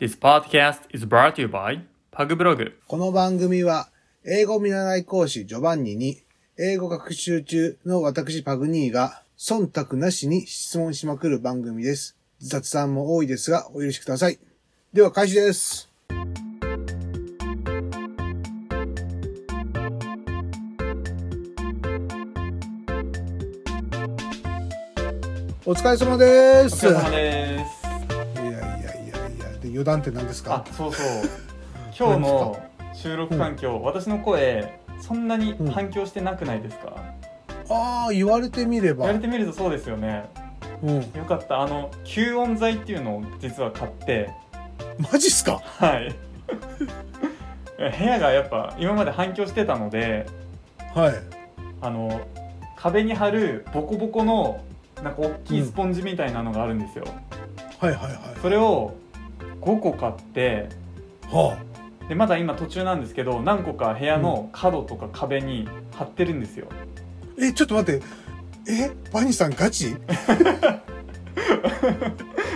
This podcast is brought to you by パグブログ。この番組は、英語見習い講師ジョバンニに、英語学習中の私パグニーが、忖度なしに質問しまくる番組です。雑談も多いですが、お許しください。では開始です。お疲れ様です。いでやす。いやいやいや、で余談って何ですあか、そうそう。今日の収録環境、私の声、そんなに反響してなくないですか、ああ、言われてみれば。言われてみるとそうですよね。うん。よかった。あの、吸音材っていうのを実は買って、マジっすかはい。 部屋がやっぱ今まで反響してたので、はい。あの、壁に貼るボコボコのなんか大きいスポンジみたいなのがあるんですよ。はいはいはい。それを5個買って、はでまだ今途中なんですけど何個か部屋の角とか壁に貼ってるんですよ、あ、え、ちょっと待って。え、バニーさんガチ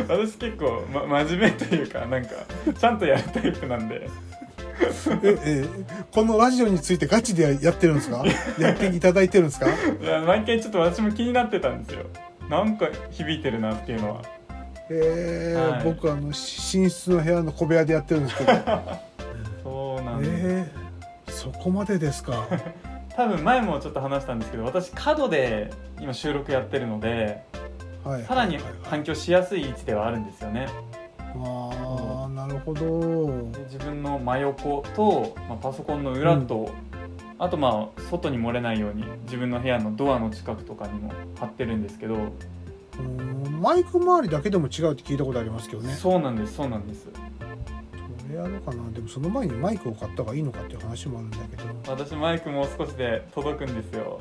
私結構、ま、真面目というかなんかちゃんとやるタイプなんでえ、え、このラジオについてガチでやってるんですか やっていただいてるんですかいや毎回ちょっと私も気になってたんですよなんか響いてるなっていうのはえーはい僕あの、し寝室の部屋の小部屋でやってるんです けど。そうなんです、えー、そこまでですか 多分前もちょっと話したんですけど私角で今収録やってるのではい。さらにはいはいはい反響しやすい位置ではあるんですよねああ、なるほど。で自分の真横と、まあ、パソコンの裏と、あとまあ外に漏れないように自分の部屋のドアの近くとかにも貼ってるんですけど、うんマイク周りだけでも違うって聞いたことありますけどね。そうなんですそうなんですそれやろうかな。でもその前にマイクを買った方がいいのかっていう話もあるんだけど。 私マイクもう少しで届くんですよ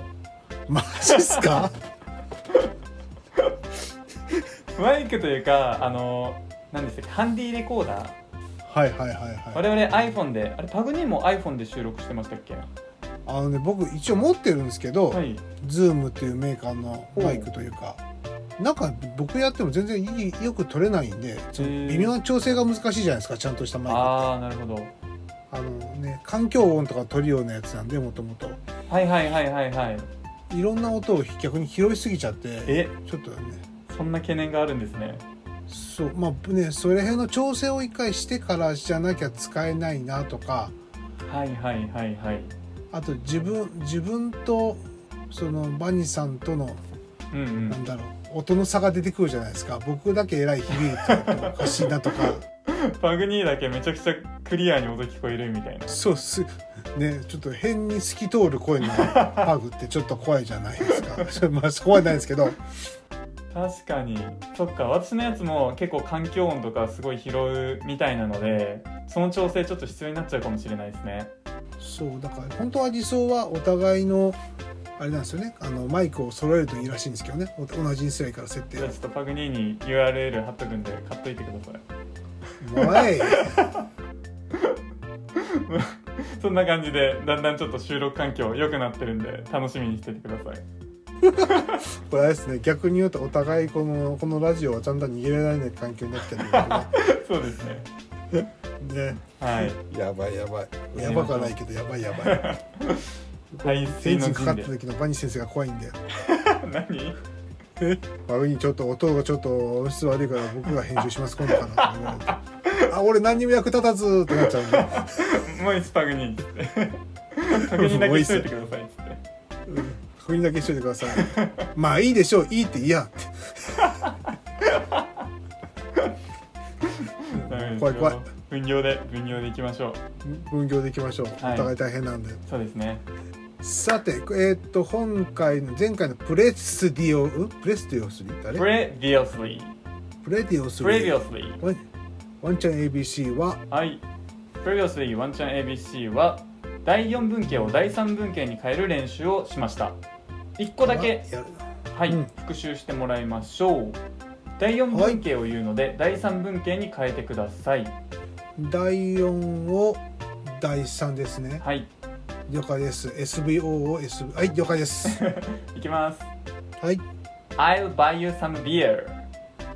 マジっすか マイクというかあの何でしたっけハンディレコーダーはいはいはいはい。我々 iPhone であれパグにも iPhone で収録してましたっけはあのね僕一応持ってるんですけど、い Zoom っていうメーカーのマイクというかなんか僕やっても全然いいよく取れないんでそのへー微妙な調整が難しいじゃないですかちゃんとしたマイクあああなるほどのね環境音とか取るようなやつなんでもともとはいはいはいはいはいいろんな音を逆に拾いすぎちゃってえちょっとねそんな懸念があるんですねそうまあねそれ辺の調整を一回してからじゃなきゃ使えないなとかはいはいはいはいあと自分自分とそのバニーさんとのうんうんなんだろう音の差が出てくるじゃないですか僕だけえらい響いてるとおかしいなとかパグニーだけめちゃくちゃクリアに音聞こえるみたいなそうっすねちょっと変に透き通る声のパグってちょっと怖いじゃないですか それまあ怖いないですけど確かにそっか私のやつも結構環境音とかすごい拾うみたいなのでその調整ちょっと必要になっちゃうかもしれないですねそうだから本当は理想はお互いのあれなんですよねあのマイクを揃えるといいらしいんですけどねお同じにすればいいから設定じゃあ をちょっとパグニーに URL 貼っとくんで買っといてください おいそんな感じでだんだんちょっと収録環境良くなってるんで楽しみにしててくださいこれあれですね逆に言うとお互いこのこのラジオはだんだん逃げられない環境になってるんだそうですねけどねねはいやばいやばいやばくはないけどやばいやばい排エ水ンジのンかか陣ったで時のバニー先生が怖いんで 何悪いちょっと音がちょっと音質悪いから僕が編集します今度からって言われてあ俺何にも役立たずってなっちゃうんでもう一パグニーって パグニーだけしといてくださいっつって確認だけしといてください まあいいでしょういいっていやってダメですよ怖い怖い分業で分業でいきましょう分業でいきましょう、はいお互い大変なんでそうですねさてえーっと今回の前回のプレスディオんプレスディオスリー誰プレビオスリープレディオスプリレビーオスリーワンワンちゃん ABC ははいプレビオスリーワンチャン ABC は第4文型を第3文型に変える練習をしました1個だけ、やるはいうん復習してもらいましょう第4文型を言うので、第3文型に変えてください第4を第3ですねはい了解です SVO を S はい 了解ですいきますはい I'll buy you some beer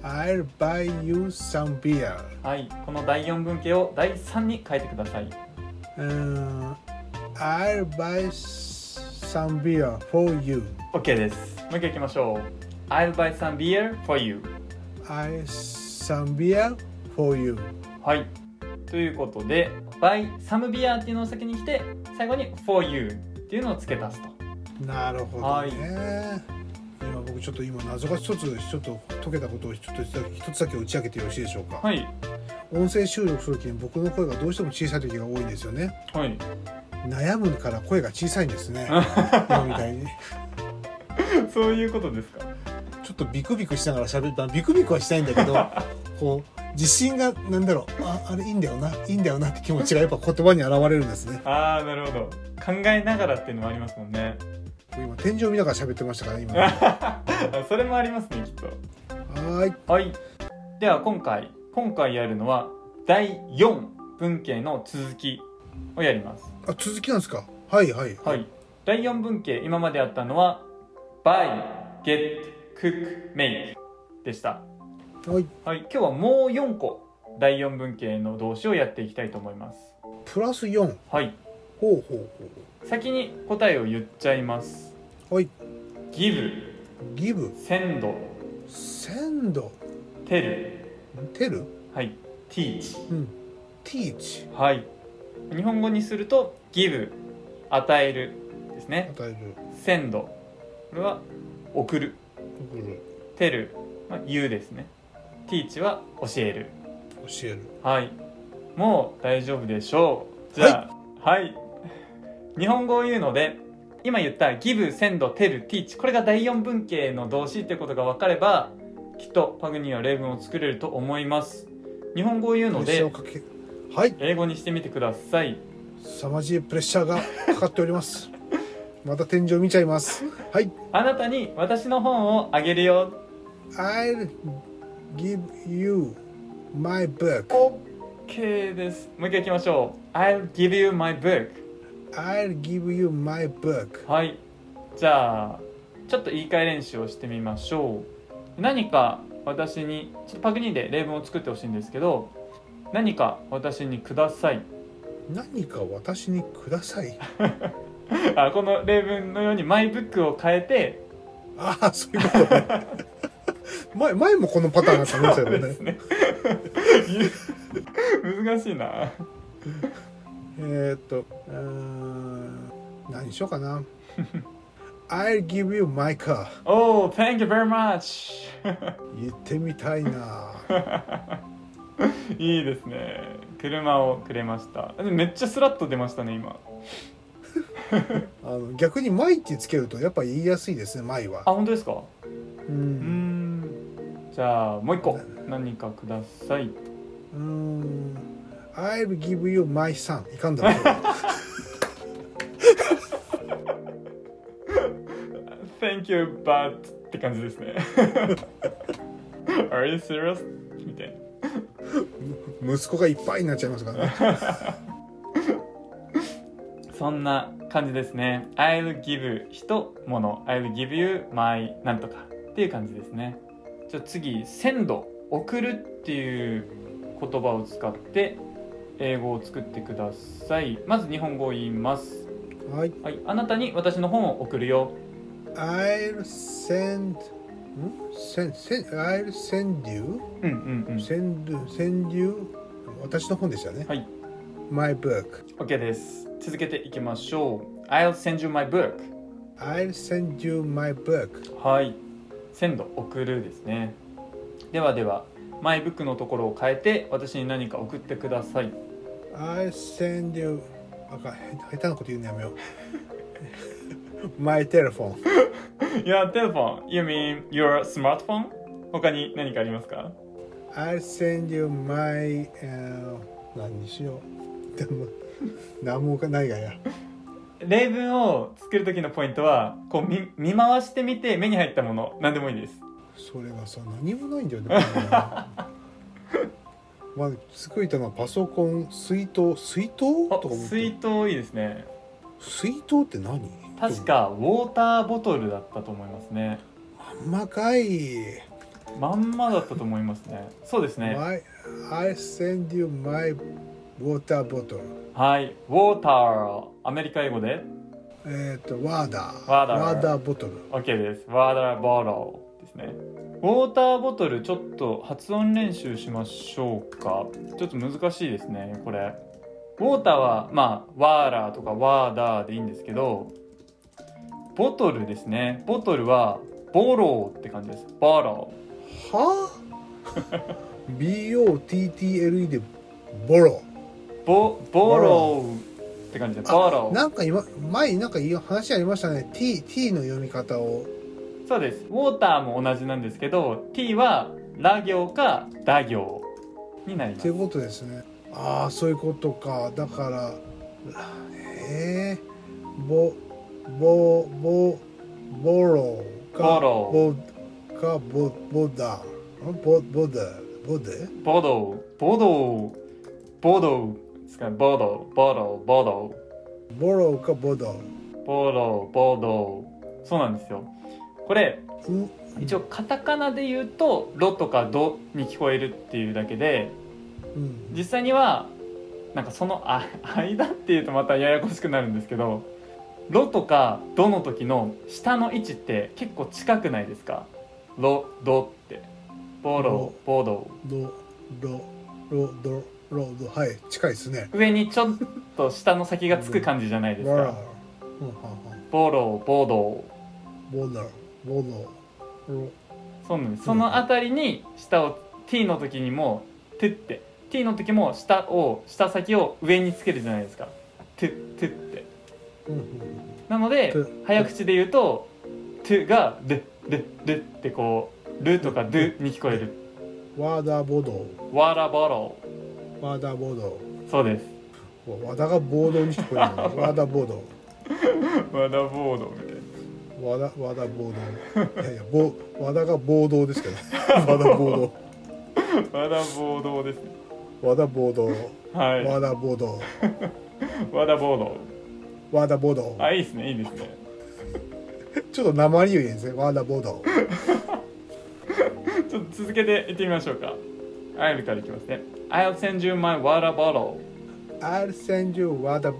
I'll buy you some beer. はい、この第4文型を第3に変えてください。うーん I'll buy some beer for you. OK です。もう一回いきましょう。I'll buy some beer for you. I some beer for you. はい。ということで、buy some beer っていうのを先に来て、最後に for you っていうのを付け足すと。なるほどね。今僕ちょっと今謎が一つちょっと解けたことをちょっと一つだけ打ち明けてよろしいでしょうか。はい。音声収録するときに僕の声がどうしても小さい時が多いんです よね。はい。悩むから声が小さいんで すね。今みたいに。そういうことですか。ちょっとビクビクしながら喋ったビクビクはしないんだけ どこう自信がなんだろうああれいいんだよないいんだよなって気持ちがやっぱ言葉に表れるんですねああ、なるほど。考えながらっていうのもありますもんね。今天井見ながら喋ってましたから今はあそれもありますね、きっと。ーいはい。では今回、今回やるのは、第4文型の続きをやります。あ続きなんですかはいはいはい。第4文型、今までやったのは、buy, get, cook, make でした。はいはい、今日はもう4個、第4文型の動詞をやっていきたいと思います。プラス4はい。ほうほうほ先に答えを言っちゃいます。うはい give, ギブ send, センド tell, テルはい、teach。うんティーチはい。日本語にすると give 与えるですね。与える send これは送る。送る tell まあ言うですね。teach は教える。教えるはい。もう大丈夫でしょう。じゃあはい、日本語を言うので。今言った give, send, tell, teach これが第4文型の動詞ってことが分かればきっとパグには例文を作れると思います日本語を言うのプレッシャでーをかけはい英語にしてみてください凄まじいプレッシャーがかかっておりますまた天井見ちゃいますはいあなたに私の本をあげるよ。 I'll give you my book. OK です。もう一回行きましょう。I'll give you my book. I'll give you my book. はい。じゃあ、ちょっと言い換え練習をしてみましょう。何か私に、ちょっとパグニーで例文を作ってほしいんですけど、何か私にください。何か私にください。あこの例文のようにマイブックを変えて、ああ、そういうことね。 前、前もこのパターンがあった んですよね。ね。難しいな。えーっと、うーん何しようかな。I'll give you my car. Oh, thank you very much! 言ってみたいな。いいですね車をくれましたでもめっちゃスラッと出ましたね今あの逆に my ってつけるとやっぱ言いやすいですね、my はあ。本当ですかううーん。んじゃあもう一個何かくださいうーん。I'll give you my son. いかんだろう。 Thank you but って感じですね Are you serious? みたいな息子がいっぱいになっちゃいますからね。そんな感じですね I'll give 人物 I'll give you my なんとかっていう感じですねじゃあ次 send 送るっていう言葉を使って英語を作ってくださいまず日本語を言いますはい。はい、あなたに私の本を送るよ I'll send ん send, send I'll send you うんうんうん send send you 私の本でしたね。はい。 My book. OK です続けていきましょう I'll send you my book I'll send you my book. はい鮮度送るですねではではマイブックのところを変えて私に何か送ってください I'll send you あかん下手下手なこと言うのやめよう。my telephone. Your telephone You mean your smartphone? 他に何かありますか I'll send you my、uh, 何にしよう。でも何もないがや。例文を作る時のポイントはこう見見回してみて目に入ったもの何でもいいですそれがさ何もないんだよね この世はまあ作いたのはパソコン水筒水筒あとか思って水水筒いいですね筒って何確かウォーターボトルだったと思いますねあんまかいまんまだったと思いますねそうですね My, I send you my water bottle. はい「water」アメリカ英語でえっ、と、ワーダー。ワーダーワーダーボトル。 OK です「water bottle」ですねウォーターボトルちょっと発音練習しましょうかちょっと難しいですねこれウォーターはまあワーラーとかワーダーでいいんですけどボトルですねボトルはボローって感じですボローは ?B-O-T-T-L-E でボロ。ボボローって感じでボローなんか今、前になんか言う話ありましたね。T、T の読み方を。そうですウォーターも同じなんですけど T はラ行かダ行になりまってすいうことですね。ああ、そういうことか。だから、ええぼ、ぼ、ぼ、ボロボか、ロぼ、か、ぼ、ぼだ。んぼ、ぼだ。ぼでボドーボドーボドーですかねボドーボドーボドボロか、ぼだ。ーボドーボドーそうなんですよこれう一応カタカナで言うとロとかドに聞こえるっていうだけでうん。実際にはなんかそのあ間っていうとまたややこしくなるんですけど「ロ」とか「ド」の時の下の位置って結構近くないですか「ロ」「ド」って「ボロ」「ボドど、ど、ろ、ど、ろ、ど。はい、近いですね」。上にちょっと下の先がつく感じじゃないですボロか。うんはんはん「ボロ」「ボド」ボロ、ボロ、ろ。そうなんですその辺りに下を T の時にも「トゥ」って T の時も下を下先を上につけるじゃないですか「トゥ」「トゥ」って。うんうんなのでトゥ早口で言うと「トが「ル」「ル」「ル」ってこう「ル」とか「ドゥ」に聞こえるうん。ワーダーボド、 「ワラボロワーダーボド。」そうです和田が暴動に聞こえるの和田暴動「ワラボロ」みたいな和田和田暴動いやいや暴和田が暴動ですけど和田暴動「ワラボロ」ですね和田暴動はい和田暴動「ワラボロ和田暴動」あいいですねいいですねちょっと鉛言えんですね和田暴動ちょっと続けていってみましょうかアイルからいきますね「I'll send you my water bottle I'll send you 和田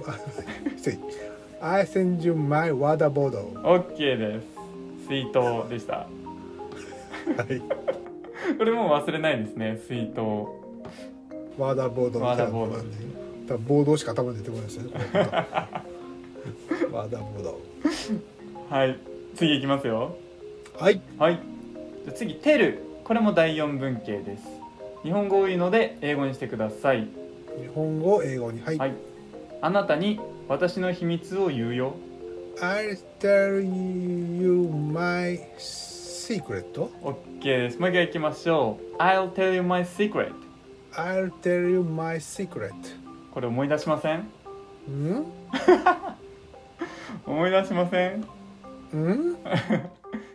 失礼 I'll send you my 和田暴動」 OK です水筒でしたはいこれもう忘れないですね水筒和田暴動和田暴動多分暴動しか頭に出てこないですね和田暴動はい次いきますよはいはい。じゃあ次、テル。これも第四文型です。日本語多いので英語にしてください。日本語英語にはいはい。あなたに私の秘密を言うよ。 I'll tell you my secret. OK です。もう一回いきましょう。I'll tell you my secret。 I'll tell you my secret. これ思い出しませんん思い出しませんん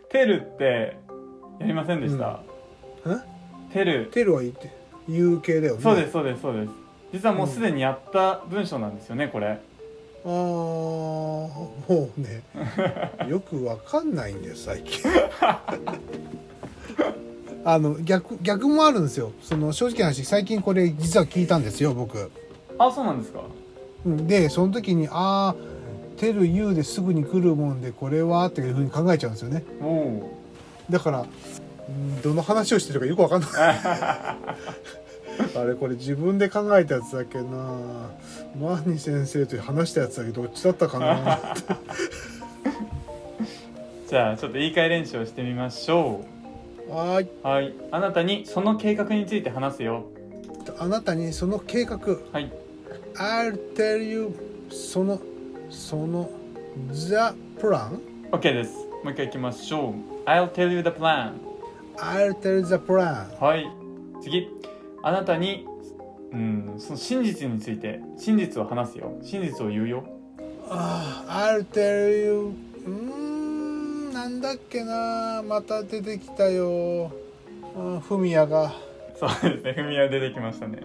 テルってやりませんでした、うんえテル。テルは言って言う系だよね。。そうですす、そうです、そうです。実はもうすでにやった文章なんですよね、これ。ああ、もう ね、よくわかんないんだよ、最近。 あの逆逆もあるんですよその正直な話最近これ実は聞いたんですよ僕あ、そうなんですか。うんでその時にああ「テル言う」ですぐに来るもんでこれはっていうふうに考えちゃうんですよねおお。だからうんどの話をしてるかよくわかんないあれこれ自分で考えたやつだっけなマーニー先生と話したやつだけどどっちだったかなじゃあ、ちょっと言い換え練習をしてみましょう。はいはい、あなたにその計画について話すよ。あなたにその計画はい、 I'll tell you そのその The plan OK です。もう一回行きましょう。I'll tell you the plan。 I'll tell you the plan はい、次。あなたに、うん、その真実について、真実を話すよ。真実を言うよ。あー I'll tell you うーんなんだっけなまた出てきたようんフミヤがそうですね、ふみや出てきましたね。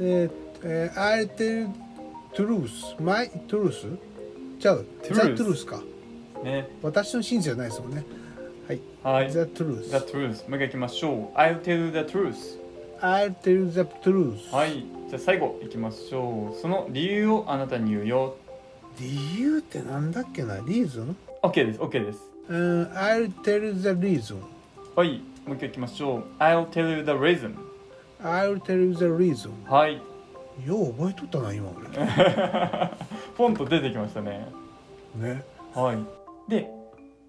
えーえー、I'll tell truth, my truth? じゃあ、 Truth the truth か。ね、私の真実じゃないですもんね。はい。はい。 The The truth. truth。もう一回いきましょう。I'll tell you the truth。 I'll tell the truth. はい。じゃあ最後いきましょう。その理由をあなたに言うよ。理由ってなんだっけなリーズン OK です。OK です。うん、I'll tell the reason. はい。もう一回いきましょう。I'll tell you the reason。 I'll tell the reason. はい。 よう覚えとったな、今俺。ポンと出てきましたね。ね。はい。で、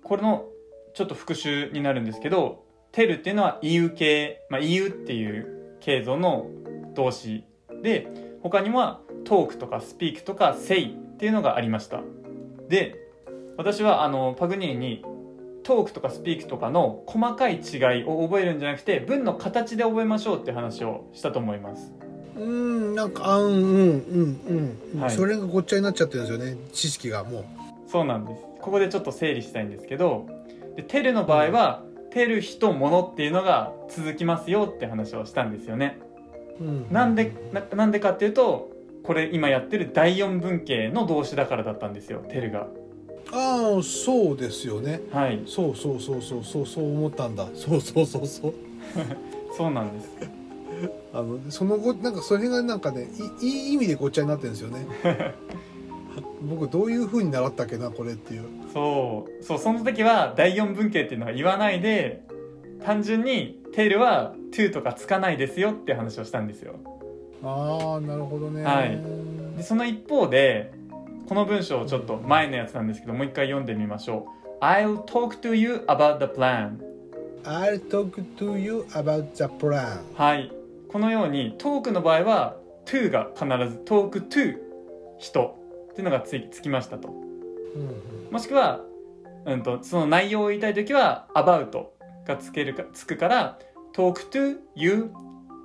これのちょっと復習になるんですけど、テルっていうのは EU 形、まあ、EU っていう形状の動詞で、他にはトークとかスピークとか say っていうのがありました。で、私はあのパグニーにトークとかスピークとかの細かい違いを覚えるんじゃなくて文の形で覚えましょうって話をしたと思います。うーん、なんか、あうん、うん、うん、うん。はいそれがごっちゃになっちゃってるんですよね。知識がもう。そうなんですここでちょっと整理したいんですけどでテルの場合は、テル人物っていうのが続きますよって話をしたんですよねうん、なんでななんでかっていうとこれ今やってる第四文型の動詞だからだったんですよテルがああそうですよねはいそうそうそうそうそうそう思ったんだそうそうそうそうそうなんですあのその後なんかそれがなんかねいいいい意味でごっちゃになってるんですよね 僕どういう風に習ったっけなこれっていうそうそうその時は第四文型っていうのは言わないで単純にテルは to とかつかないですよって話をしたんですよああなるほどねはいでその一方でこの文章をちょっと前のやつなんですけどもう一回読んでみましょう I'll talk to you about the plan I'll talk to you about the plan はいこのようにトークの場合は to が必ずトーク to 人っていうのがついつきましたとうんもしくは、うん、とその内容を言いたい時は about がつけるかつくから talk to you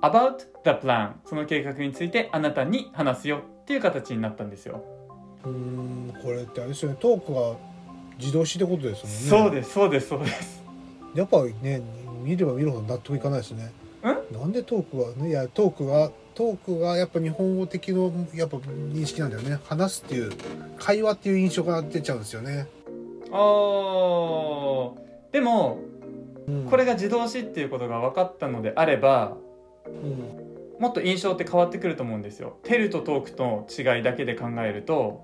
about the plan その計画についてあなたに話すよっていう形になったんですようんうーんこれってあれですよねトークが自動詞ってことですもそうんねですそうですそうですやっぱね見れば見るほど納得いかないですね。なんでトークはねいやトークがトークがやっぱ日本語的のやっぱ認識なんだよね話すっていう会話っていう印象が出ちゃうんですよね。あーでもうんこれが自動詞っていうことが分かったのであればうんもっと印象って変わってくると思うんですよ。テルとトークとの違いだけで考えると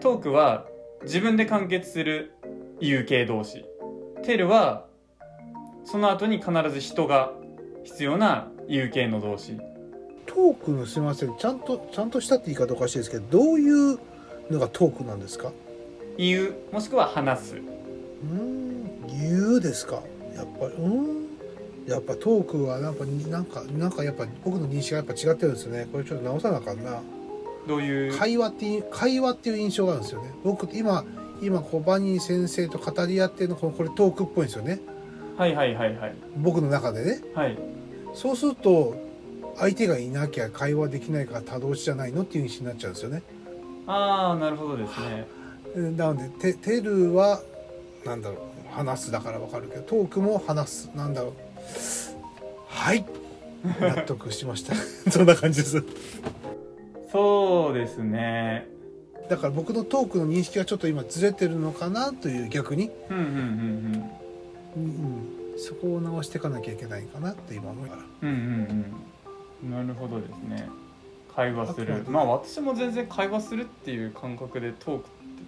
トークは自分で完結する有形動詞テルはその後に必ず人が必要な有形の動詞トークのすみませんちゃんとちゃんとしたって言い方おかしいですけどどういうのがトークなんですか言うもしくは話すうーん言うですかやっぱりうーんやっぱトークはなんかなんかなんかやっぱ僕の認識がやっぱ違ってるんですよねこれちょっと直さなあかんな。どういう会話っていう会話っていう印象があるんですよね僕今今こうバニー先生と語り合ってるのこれこれトークっぽいんですよねはいはいはいはい僕の中でねはいそうすると相手がいなきゃ会話できないから多動詞じゃないのっていう印象になっちゃうんですよねああなるほどですねえなのでてテルはなんだろう話すだからわかるけどトークも話すなんだろうはい納得しました そんな感じですそうですねだから僕のトークの認識がちょっと今ずれてるのかなという逆にうんうんうんうんうん、そこを直していかなきゃいけないかなって今思いながらうんうんうんなるほどですね会話すあるとはまあ私も全然会話するっていう感覚でトークっ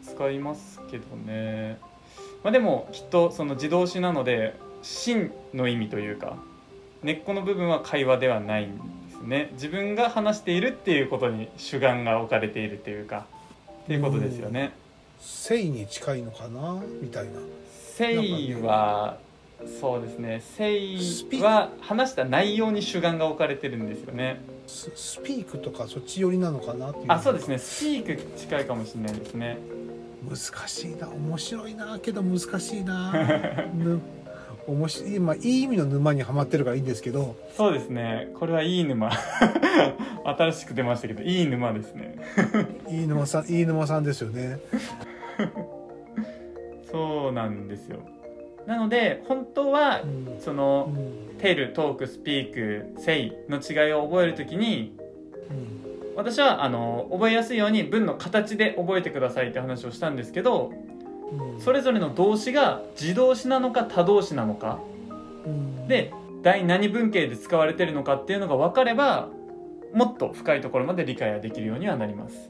て使いますけどねまあでもきっとその自動詞なので真の意味というか根っこの部分は会話ではないんですね自分が話しているっていうことに主眼が置かれているというかっていうことですよね誠意に近いのかなみたいな誠意はそうですね誠スピ意は話した内容に主眼が置かれてるんですよねススピークとかそっち寄りなのかなっていうあそうですねスピーク近いかもしれないですね難しいな面白いなけど難しいなぬ 面白い今いい意味の沼にはまってるからいいんですけどそうですねこれはいい沼 新しく出ましたけどいい沼ですねいい沼さんいい沼さんですよねそうなんですよなので本当はうんそうのんテルトークスピークセイの違いを覚えるときにうん私はあの覚えやすいように文の形で覚えてくださいって話をしたんですけどそれぞれの動詞が自動詞なのか他動詞なのかで第何文型で使われてるのかっていうのが分かればもっと深いところまで理解ができるようにはなります。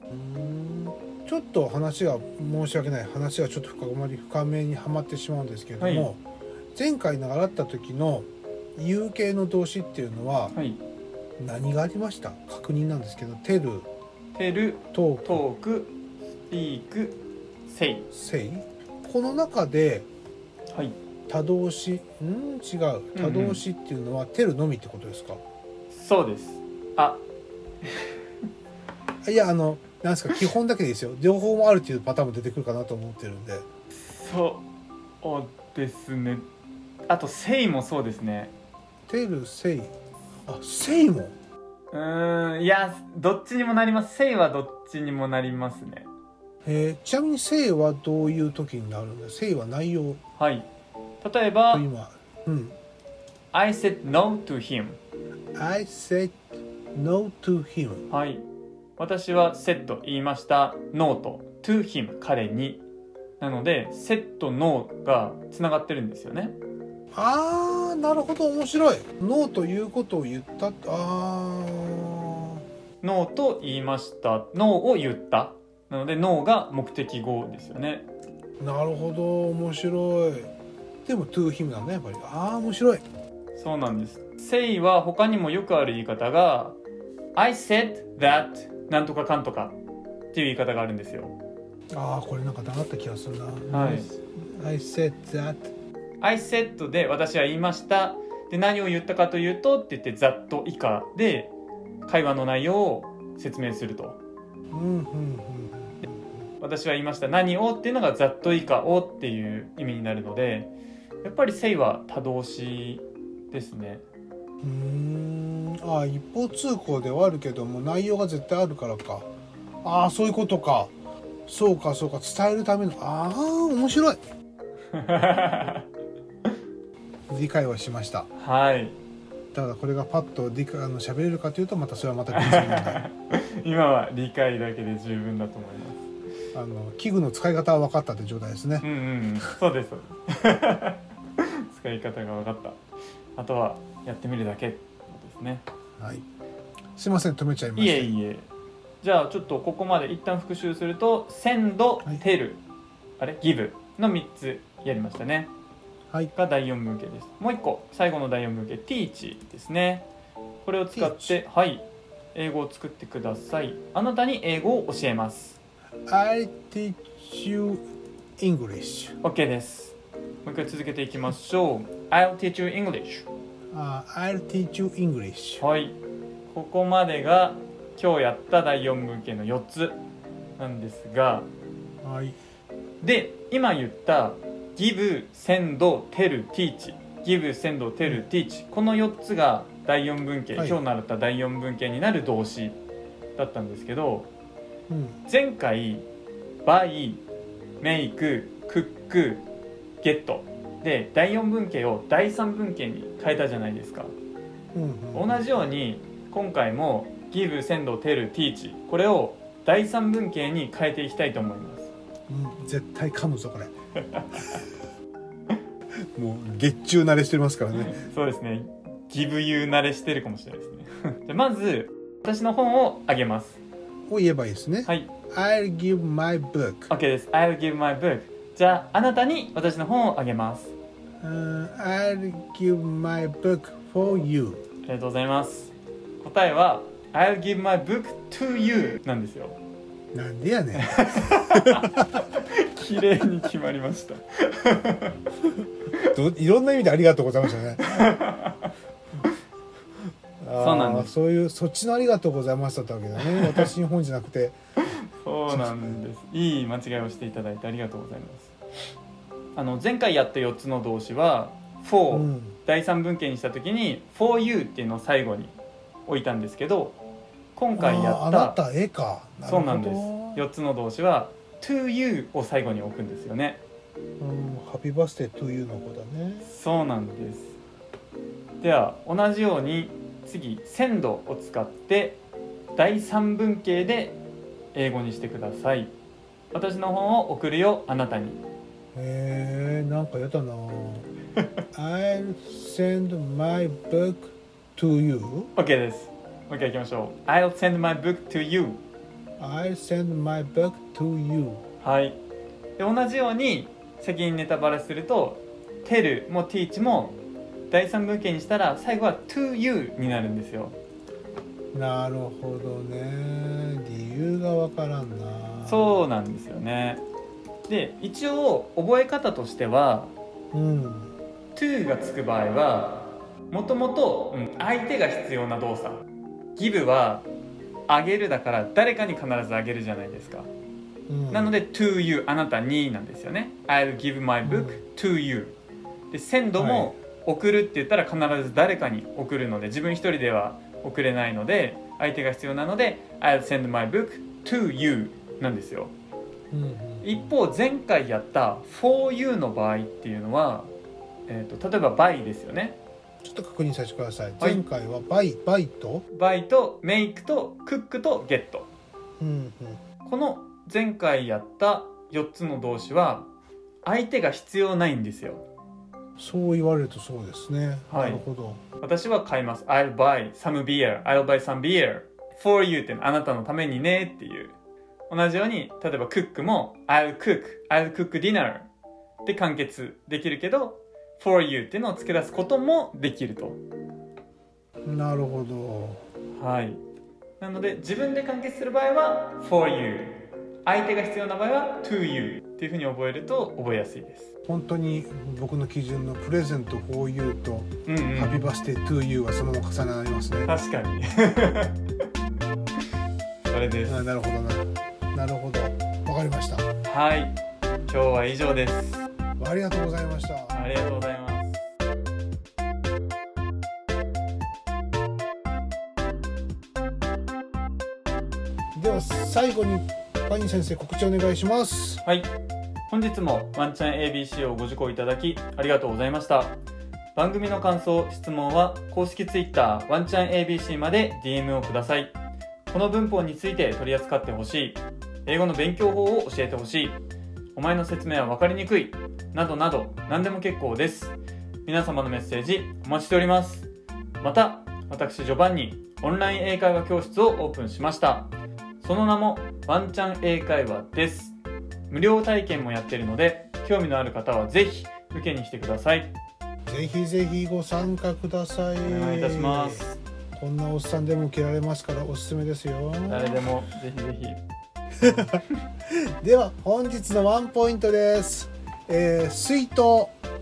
ちょっと話が申し訳ない話がちょっと深まり深めにはまってしまうんですけれども、は前回習った時の有形の動詞っていうのははい、何がありました確認なんですけど「てる」テル「とうトークスピークセイ」 「せい」この中ではい多動詞ん違う多動詞っていうのは「てる」のみってことですかそうですあいやあのなんですか基本だけでいいですよ両方もあるっていうパターンも出てくるかなと思ってるんでそうですねあとセイもそうですね「てる」「せい」あ「せい」もうーんいやどっちにもなりますセイはどっちにもなりますねえーちなみに「性」はどういう時になるんですか性は内容はい例えとば今「うん、 「I said no to him I said no to him」はい私は「said」言いました「no」と「to him」彼になので「said no」がつながってるんですよね」あーなるほど面白い「ノーということを言ったってあーノーと言いました。ノーを言った。なので、ノーが目的語ですよね。なるほど面白いでも「to him」なんだやっぱりあー面白いそうなんです。say は他にもよくある言い方が、I said that なんとかかんとかっていう言い方があるんですよ。あーこれなんか習った気がするなはい I said that I said で私は言いました。で、何を言ったかというとって言って、ざっと以下で会話の内容を説明すると。うんうんうん私は言いました何をっていうのがざっと以下をっていう意味になるのでやっぱり「say」は多動詞ですねうんうーんああ一方通行ではあるけども内容が絶対あるからかああそういうことかそうかそうか伝えるためのああ面白 い理解はしましたはいただこれがパッと理解あの喋れるかというとまたそれはまた別の問 題今は理解だけで十分だと思いまあの器具の使い方は分かったって状態ですねすうんうんうんそうです そうです使い方が分かったあとはやってみるだけですねはいすいません止めちゃいまいしたえいえじゃあちょっとここまで一旦復習すると「鮮度はい」 「テル」あれ「ギブ」の3つやりましたねはいが第4文型ですもう1個最後の第4文型 teach ですねこれを使ってはい英語を作ってくださいあなたに英語を教えます I teach you English OK ですもう一回続けていきましょう I'll teach you English あー I'll teach you English はいここまでが今日やった第4文型の4つなんですがはいで今言った「give」「send」「tell」「teach」「give」「send」「tell」「teach」この4つが第4文型、はい今日習った第4文型になる動詞だったんですけどうん前回「buy」「make」「cook」「get」で第4文型を第3文型に変えたじゃないですか。うんうん同じように今回も「give」「send」「tell」「teach」これを第3文型に変えていきたいと思います。うん絶対噛むぞこれ もう月中慣れしてますからねそうですね。ギブユー慣れしてるかもしれないですね。 じゃあまず、私の本をあげます。を言えばいいですね、はい。 I'll give my book、 OK です。I'll give my book. じゃあ、あなたに私の本をあげます。うん、I'll give my book for you ありがとうございます。答えは、I'll give my book to you なんですよ。なんでやねん綺麗に決まりました。 どいろんな意味でありがとうございました ねそうなんですあーそういうそっちのありがとうございましたってわけだ ね私の本じゃなくて そうなんです。いい間違いをしていただいてありがとうございます。あの、前回やった4つの動詞は、for、うん第3文型にした時に「for you」っていうのを最後に置いたんですけど今回やあーあっなたた絵かるほそどうなんです4つの動詞は「to you」を最後に置くんですよねうんハッピーバースデーというの子だねそうなんですでは同じように次「鮮度」を使って第3文型で英語にしてください私の本を送るよあなたにえー、なんかやだな I'll send my book to you OK ですもう一回いきましょう I'll send my book to you I'll send my book to you はいで同じように先にネタバレすると tell も teach も第三文型にしたら最後は to you になるんですよなるほどね理由がわからんなそうなんですよねで一応覚え方としてはううん「to」がつく場合はもともと相手が必要な動作「give」は「あげる」だから誰かに必ずあげるじゃないですか、うんなので「to you」あなたになんですよね「I'll give my うん book to you」で「send」はいも「送る」って言ったら必ず誰かに送るので自分一人では送れないので相手が必要なので「I'll send my book to you」なんですようんうん一方前回やった「for you」の場合っていうのは、えー、と例えば「by」ですよねちょっと確認させてください。はい前回はバイバイと、 「by」と「make」と「cook」と「get」うんこの前回やった4つの動詞は相手が必要ないんですようん、そう言われるとそうですね。はいなるほど。私は買います I'll buy some beer I'll buy some beer for you ってあなたのためにねっていう同じように例えばクックも I'll cook I'll cook dinner で完結できるけど for you っていうのを付け出すこともできるとなるほど。はい。なので自分で完結する場合は for you 相手が必要な場合は to you っていうふうに覚えると覚えやすいです。本当に僕の基準のプレゼント for you とうんうん。ハッピーバースデー to you はそのまま重なりますね。確かに。 それです。あなるほどな。なるほど。わかりました。はい。今日は以上です。ありがとうございました。ありがとうございます。では最後にパニー先生告知お願いします。はい。本日もワンチャン ABC をご受講いただきありがとうございました。番組の感想、質問は公式 Twitter ワンチャン ABC まで DM をください。この文法について取り扱ってほしい。英語の勉強法を教えてほしい。お前の説明は分かりにくい。などなど何でも結構です。皆様のメッセージお待ちしております。また、私ジョバンニオンライン英会話教室をオープンしました。その名もワンチャン英会話です。無料体験もやってるので興味のある方はぜひ受けに来てくださいぜひぜひご参加ください。お願いいたします、こんなおっさんでも着られますからおすすめですよ。誰でもぜひぜひでは本日のワンポイントです、えー水筒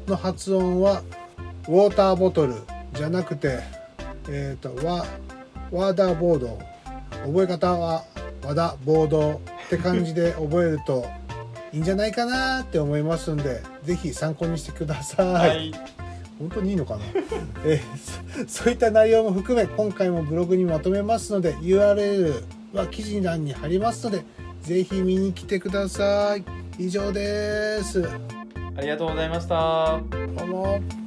の発音はウォーターボトルじゃなくてえっ、とワワーダーボード覚え方はワダボードって感じで覚えるといいんじゃないかなって思いますんでぜひ参考にしてください、はい本当にいいのかな、 えーそそういった内容も含め今回もブログにまとめますので URL は記事欄に貼りますのでぜひ見に来てください以上ですありがとうございましたどうも